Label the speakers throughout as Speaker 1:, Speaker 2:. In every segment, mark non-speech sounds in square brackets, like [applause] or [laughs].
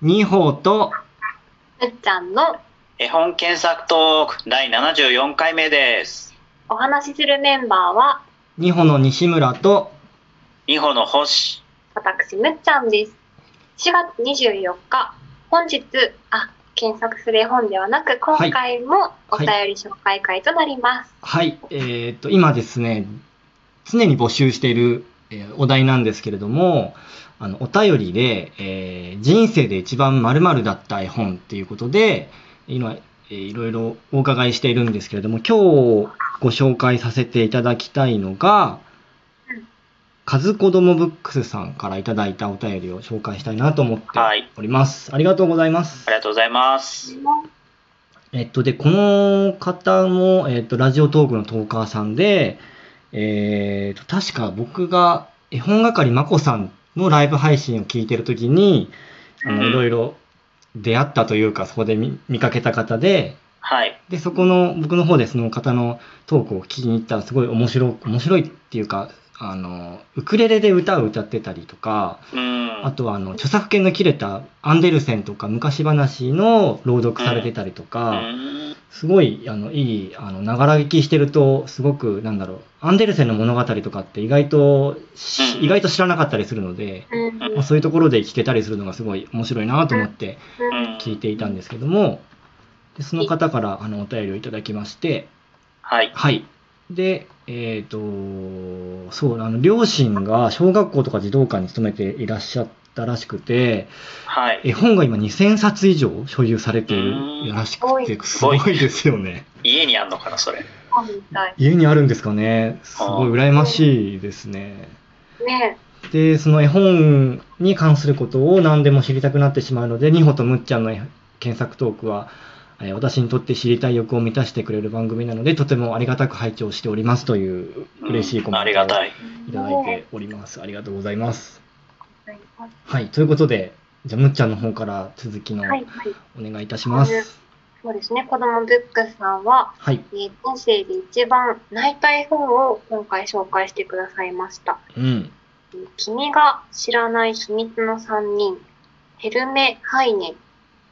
Speaker 1: 二歩と、
Speaker 2: むっちゃんの
Speaker 3: 絵本検索トーク第74回目です。
Speaker 2: お話しするメンバーは、
Speaker 1: 二歩の西村と、
Speaker 3: 二歩の星。
Speaker 2: 私、むっちゃんです。4月24日、本日、あ、検索する絵本ではなく、今回もお便り紹介会となります。
Speaker 1: はい、えっと、今ですね、常に募集している、えーお題なんですけれども、あの、お便りで、えー人生で一番〇〇だった絵本っていうことで、今、えーいろいろお伺いしているんですけれども、今日ご紹介させていただきたいのが
Speaker 2: うん、
Speaker 1: カズ子どもブックスさんからいただいたお便りを紹介したいなと思って
Speaker 3: はい。
Speaker 1: おります。ありがとうございます
Speaker 3: あり。がとうございます。
Speaker 1: えっと、で、この方も、えっと、ラジオトークのトーカーさんで、えっと、確か僕が絵本係まこさんのライブ配信を聞いてるときに、あの、
Speaker 3: うん
Speaker 1: いろいろ出会ったというか、そこで見見かけた方で、
Speaker 3: はい。
Speaker 1: で、そこの、僕の方でその方のトークを聞きに行ったら、すごい面白、面白いっていうか、あの、ウクレレで歌を歌ってたりとか、
Speaker 3: うん。
Speaker 1: あとはあの著作権の切れたアンデルセンとか昔話の朗読されてたりと
Speaker 3: う
Speaker 1: か、
Speaker 3: ん。
Speaker 1: すごいあのいいあのながら聞きしてるとすごくなんだろうアンデルセンの物語とかって意外とし、
Speaker 3: うん
Speaker 1: 意外と知らなかったりするので、
Speaker 2: うん。
Speaker 3: う
Speaker 1: まあそういうところで聞けたりするのがすごい面白いなと思って
Speaker 3: うん
Speaker 1: 聞いていたんですけどもでその方からあのお便りをいただきまして
Speaker 3: はい。
Speaker 1: はいでえっ、とそうあの両親が小学校とか児童館に勤めていらっしゃったらしくて
Speaker 3: はい。
Speaker 1: 絵本が今2000冊以上所有されているらしく
Speaker 2: う
Speaker 1: て
Speaker 2: ん
Speaker 1: すごいですよね。
Speaker 3: 家にあんのかな、それ。
Speaker 2: 本みたい。
Speaker 1: 家にあるんですかねすごい羨ましいですね
Speaker 2: ね
Speaker 1: でその絵本に関することを何でも知りたくなってしまうのでニホとむっちゃんの絵検索トークはえー私にとって知りたい欲を満たしてくれる番組なのでとてもありがたく拝聴しておりますという嬉しいコ
Speaker 3: うん
Speaker 1: メ
Speaker 3: あ
Speaker 1: ン
Speaker 3: り
Speaker 1: トを
Speaker 3: が
Speaker 1: い
Speaker 3: たい。
Speaker 1: ただいておりますありがとうございます
Speaker 2: はい
Speaker 1: はいということでじゃあむっちゃんの方から続きの
Speaker 2: はい、はい。
Speaker 1: お願いいたします
Speaker 2: そうですね、子供ブックスさんは、
Speaker 1: はい
Speaker 2: えー人生で一番泣いた絵本を今回紹介してくださいました。
Speaker 1: うん
Speaker 2: 君が知らない秘密の3人、ヘルメ・ハイネ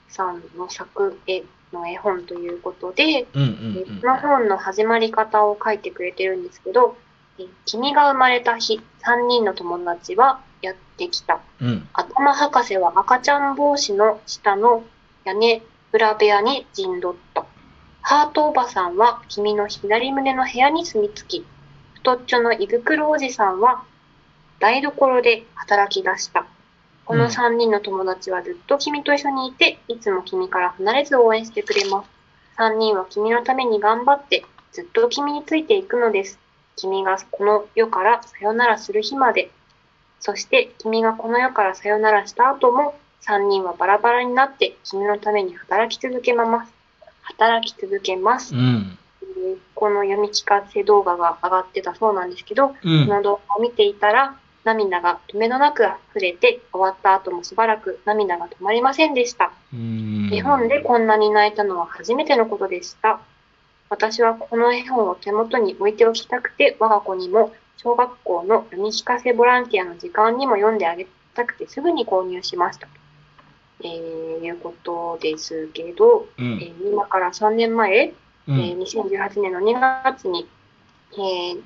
Speaker 2: さんの作絵の絵本ということで、
Speaker 1: うんうん
Speaker 2: え
Speaker 1: うん
Speaker 2: この本の始まり方を書いてくれてるんですけど、え君が生まれた日、3人の友達はやってきた。
Speaker 1: うん
Speaker 2: 頭博士は赤ちゃん帽子の下の屋根裏部屋に陣取った。ハートおばさんは君の左胸の部屋に住み着き、太っちょの胃袋おじさんは台所で働き出した。こ
Speaker 1: う
Speaker 2: の
Speaker 1: ん
Speaker 2: 3人の友達はずっと君と一緒にいて、いつも君から離れず応援してくれます。3人は君のために頑張って、ずっと君についていくのです。君がこの世からさよならする日まで。そして君がこの世からさよならした後も3人はバラバラになって君のために働き続けます。働き続けます。
Speaker 1: うん
Speaker 2: えーこの読み聞かせ動画が上がってたそうなんですけど、
Speaker 1: うん
Speaker 2: この動画を見ていたら涙が止めのなく溢れて終わった後もしばらく涙が止まりませんでした。
Speaker 1: うん
Speaker 2: 絵本でこんなに泣いたのは初めてのことでした。私はこの絵本を手元に置いておきたくて、我が子にも小学校の読み聞かせボランティアの時間にも読んであげたくてすぐに購入しました。えー、いうことですけど、
Speaker 1: う
Speaker 2: え
Speaker 1: ん
Speaker 2: ー今から3年前、
Speaker 1: うん
Speaker 2: えー2018年の2月に、えー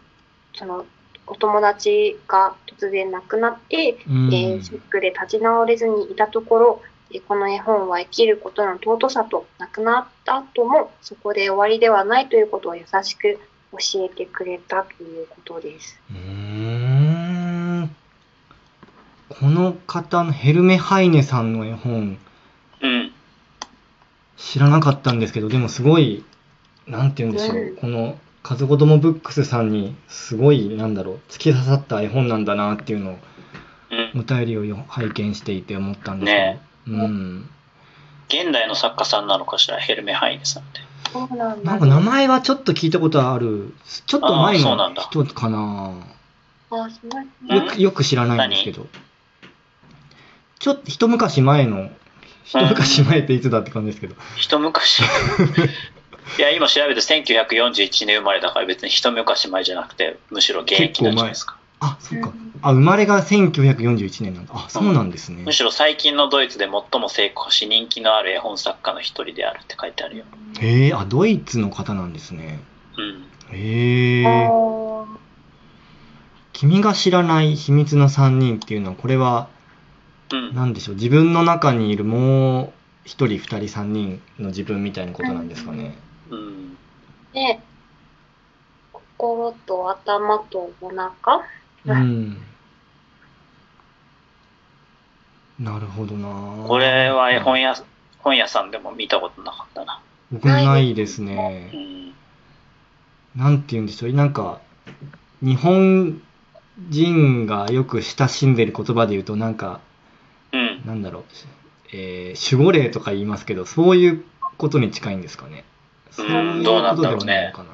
Speaker 2: そのお友達が突然亡くなって、
Speaker 1: うん
Speaker 2: えーショックで立ち直れずにいたところ、えーこの絵本は生きることの尊さと亡くなった後もそこで終わりではないということを優しく教えてくれたということです。
Speaker 1: うーんこの方のヘルメハイネさんの絵本
Speaker 3: うん。
Speaker 1: 知らなかったんですけどでもすごいなんて言うんでしょう、
Speaker 2: うん
Speaker 1: この「カズ子どもブックス」さんにすごいなんだろう突き刺さった絵本なんだなっていうのを
Speaker 3: うん。
Speaker 1: お便りをよ拝見していて思ったんですけど、
Speaker 3: ね
Speaker 1: うん、
Speaker 3: 現代の作家さんなのかしら、ヘルメハイネさんって。
Speaker 2: そうなん
Speaker 1: なんか名前はちょっと聞いたことあるちょっと前
Speaker 3: あーそうな
Speaker 1: の
Speaker 3: んだ
Speaker 1: 人かな
Speaker 2: あ、すごい
Speaker 3: うん
Speaker 1: よくよく知らないんですけど、ちょっと一昔前の、一昔前っていつだって感じですけど、
Speaker 3: 一
Speaker 1: [laughs]
Speaker 3: 昔。いや、今調べて1941年生まれだから別に一昔前じゃなくて、むしろ現役なんじゃないですか。
Speaker 1: あ、そっか
Speaker 2: う。ん
Speaker 1: あ、生まれが1941年なんだ。あ、そうなんですね
Speaker 3: む。しろ最近のドイツで最も成功し人気のある絵本作家の一人であるって書いてあるよ。
Speaker 1: へえ、あ、ドイツの方なんですね。
Speaker 3: うん。
Speaker 1: へ
Speaker 2: あ
Speaker 1: え。
Speaker 2: ー
Speaker 1: 君が知らない秘密の3人っていうのは、これは
Speaker 3: うん。
Speaker 1: なんでしょう自分の中にいるもう1人2人3人の自分みたいなことなんですかね、
Speaker 3: うん。
Speaker 2: で、心と頭とお腹
Speaker 1: う
Speaker 2: うんん
Speaker 1: なるほどな
Speaker 3: これは絵本屋、本屋さんでも見たことなかったな。
Speaker 1: 僕もないです
Speaker 3: う
Speaker 1: ね
Speaker 3: ん。
Speaker 1: なんて言うんでしょうなんか日本人がよく親しんでる言葉で言うとなんか
Speaker 3: うん。
Speaker 1: なんだろう、えー守護霊とか言いますけどそういうことに近いんですかねそういう
Speaker 2: どう
Speaker 1: こ
Speaker 2: なん
Speaker 1: と
Speaker 3: だ
Speaker 1: で
Speaker 3: ろ
Speaker 1: も
Speaker 3: うね
Speaker 1: ないのかな、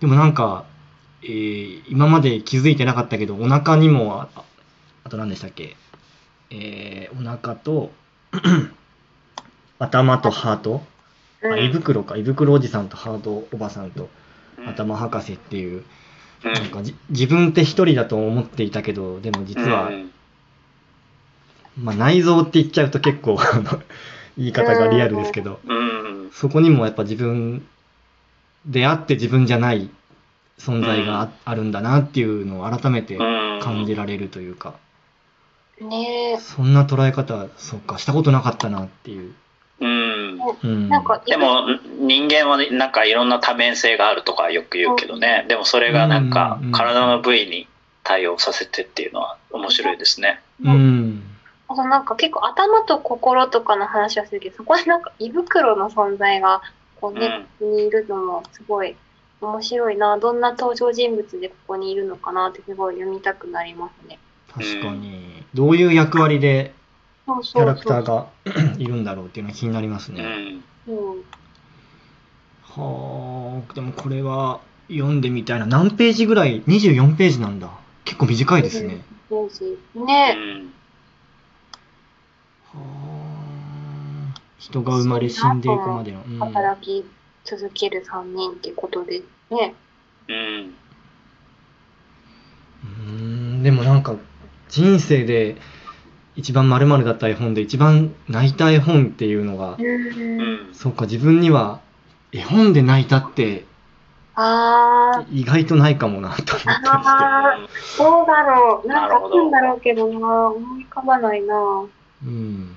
Speaker 1: でもなんか、えー今まで気づいてなかったけど、お腹にも、ああと何でしたっけ、えーお腹
Speaker 2: [clears throat]
Speaker 1: と、頭とハート、
Speaker 2: う
Speaker 1: あ胃
Speaker 2: ん
Speaker 1: 袋か、胃袋おじさんとハートおばさんと、
Speaker 3: うん。
Speaker 1: 頭博士っていう、
Speaker 3: うん。
Speaker 1: なんかじ自分って一人だと思っていたけど、でも実は、
Speaker 3: うん
Speaker 1: まあ内臓って言っちゃうと結構、あの [laughs] 言い方がリアルですけど、
Speaker 3: うん。
Speaker 1: そこにもやっぱ自分であって自分じゃない存在がああるんだなっていうのを改めて
Speaker 3: うん。
Speaker 1: 感じられるというか、
Speaker 2: ねえ
Speaker 1: そんな捉え方、そっか、したことなかったなっていう。
Speaker 3: うん。
Speaker 1: うん、
Speaker 2: なんか、
Speaker 3: でも人間はねなんかいろんな多面性があるとかよく言うけどね、でもそれがなんか
Speaker 1: うん
Speaker 3: 体の部位に対応させてっていうのは面白いですね。
Speaker 1: うん、
Speaker 2: あとなんか結構頭と心とかの話はするけど、そこはなんか胃袋の存在がこうね、ここにいるのもすごい面白いな。どんな登場人物でここにいるのかなってすごい読みたくなりますね。
Speaker 1: 確かに。どういう役割で
Speaker 2: そうそ
Speaker 1: キ
Speaker 2: うそう。
Speaker 1: ャラクターが [clears throat] いるんだろうっていうのは気になります
Speaker 3: う
Speaker 1: ね。
Speaker 3: ん、
Speaker 2: うん。
Speaker 1: はあ、でもこれは読んでみたいな。何ページぐらい ?24 ページなんだ。結構短いですね。
Speaker 2: そうそう
Speaker 3: う
Speaker 2: ね
Speaker 3: ん
Speaker 1: はあ、人が生まれ死んでいくまでの。うん
Speaker 2: 働き続ける3人ってことでね。。
Speaker 3: うん
Speaker 1: うーんでもなんか人生で一番まるだった絵本で一番泣いた絵本っていうのが、
Speaker 3: うんん
Speaker 1: そうか自分には絵本で泣いたって
Speaker 2: あー。
Speaker 1: 意外とないかもなと思ってまして。
Speaker 2: あー、どうだろう。なんか
Speaker 3: なる
Speaker 2: あ
Speaker 3: ほ
Speaker 2: る
Speaker 3: ど
Speaker 2: んだろうけどな。思い浮かばないな。
Speaker 1: うん、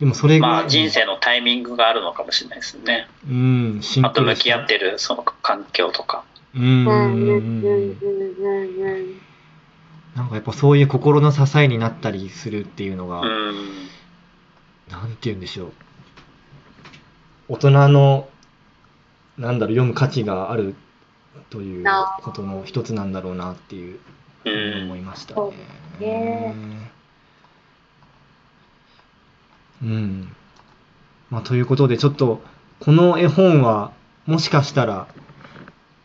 Speaker 1: でもそれが、
Speaker 3: まあ人生のタイミングがあるのかもしれないですね。
Speaker 1: うん、シン
Speaker 3: あと向き合ってるその環境とか。
Speaker 1: うんうん
Speaker 2: う
Speaker 1: うん
Speaker 2: んうん
Speaker 1: うん
Speaker 2: うんうんうんうん。
Speaker 1: なんかやっぱそういう心の支えになったりするっていうのが、
Speaker 3: うん
Speaker 1: なんて言うんでしょう大人のなんだろう読む価値があるという
Speaker 2: あ
Speaker 1: ことの一つなんだろうなっていう
Speaker 3: う
Speaker 1: 思い
Speaker 3: ん
Speaker 1: ました
Speaker 2: そうです
Speaker 1: ね
Speaker 2: ね。
Speaker 1: うん。まあ、ということでちょっとこの絵本はもしかしたら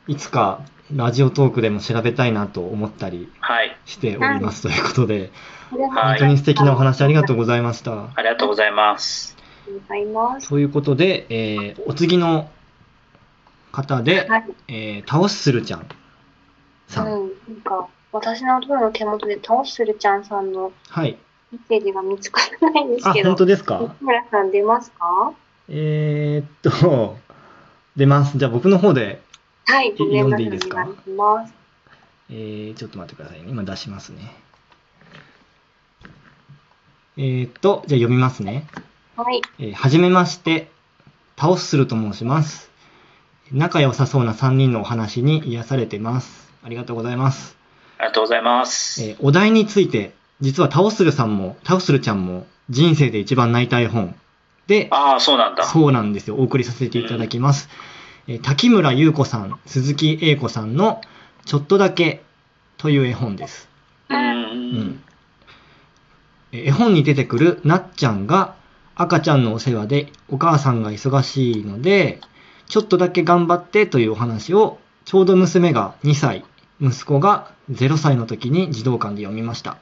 Speaker 1: いつかラジオトークでも調べたいなと思ったり
Speaker 3: はい
Speaker 1: しておりますということで、
Speaker 3: は
Speaker 1: 本
Speaker 3: い
Speaker 1: 当に素敵なお話ありがとう
Speaker 2: う
Speaker 1: ございました。
Speaker 3: ありがとうございます。
Speaker 2: ございます。
Speaker 1: ということで、えーお次の方で、
Speaker 2: はい。
Speaker 1: えー、倒しするちゃんさん。
Speaker 2: うん。なんか、私のお父さんの手元で倒するちゃんさんの
Speaker 1: はい。
Speaker 2: メッセージが見つからないんです
Speaker 1: あ、
Speaker 2: け
Speaker 1: 本
Speaker 2: ど。
Speaker 1: 当ですか
Speaker 2: 西村さん出ますか
Speaker 1: えー、っと、出ます。じゃあ僕の方で、
Speaker 2: はい。ごめん
Speaker 1: 読ん
Speaker 2: なさ
Speaker 1: でいいですか
Speaker 2: お願いします。
Speaker 1: えー、ちょっと待ってくださいね。今出しますね。えー、っと、じゃあ読みますね。
Speaker 2: はい。
Speaker 1: えーはじめまして、タオスすると申します。仲良さそうな3人のお話に癒されてます。ありがとうございます。
Speaker 3: ありがとうございます。
Speaker 1: えーお題について、実はタオスルさんも、タオスルちゃんも、人生で一番泣いた絵本で、
Speaker 3: ああ、そうなんだ。
Speaker 1: そうなんですよ、お送りさせていただきます。えー滝村優子さん、鈴木栄子さんの、ちょっとだけという絵本です。
Speaker 3: う
Speaker 1: うんん。えー絵本に出てくるなっちゃんが、赤ちゃんのお世話でお母さんが忙しいので、ちょっとだけ頑張ってというお話を、ちょうど娘が2歳、息子が0歳の時に児童館で読みました。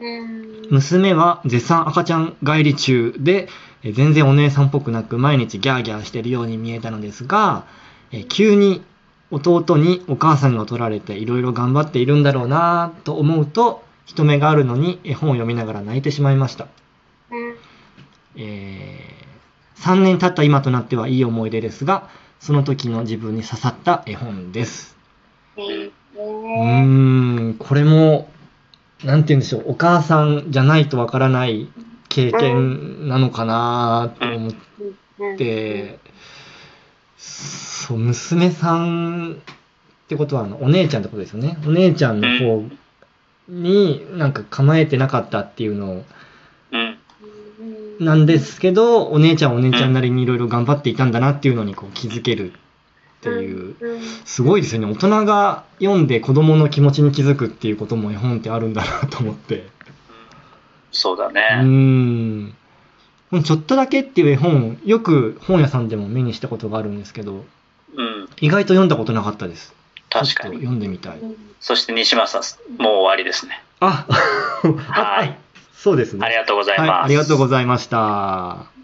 Speaker 2: うん。
Speaker 1: 娘は絶賛赤ちゃん帰り中で、えー全然お姉さんっぽくなく毎日ギャーギャーしてるように見えたのですが、えー急に弟にお母さんが取られていろいろ頑張っているんだろうなぁと思うと人目があるのに絵本を読みながら泣いてしまいました、
Speaker 2: うん。
Speaker 1: えー3年経った今となってはいい思い出ですがその時の自分に刺さった絵本です
Speaker 2: えー
Speaker 1: うーんこれもなんて言うんでしょうお母さんじゃないとわからない経験なのかなと思っ
Speaker 2: うん
Speaker 1: て、そう娘さんってことはあのお姉ちゃんってことですよねお姉ちゃんの方になんか構えてなかったっていうの
Speaker 3: う
Speaker 2: う
Speaker 3: ん。
Speaker 2: ん
Speaker 1: なんですけどお姉ちゃんはお姉ちゃんなりにいろいろ頑張っていたんだなっていうのにこう気づけるっていう。
Speaker 2: うん
Speaker 1: すごいですよね大人が読んで子供の気持ちに気づくっていうことも絵本ってあるんだなと思って
Speaker 3: そうだ
Speaker 1: うー
Speaker 3: ね。
Speaker 1: んこのちょっとだけっていう絵本よく本屋さんでも目にしたことがあるんですけど
Speaker 3: うん。
Speaker 1: 意外と読んだことなかったです
Speaker 3: 確か
Speaker 1: ちょっと
Speaker 3: に。
Speaker 1: 読んでみたい
Speaker 3: そして西村さん、もう終わりですね。
Speaker 1: ああ
Speaker 3: [laughs] はい
Speaker 1: そうですね
Speaker 3: ありがとうございます。
Speaker 1: はい、ありがとうございました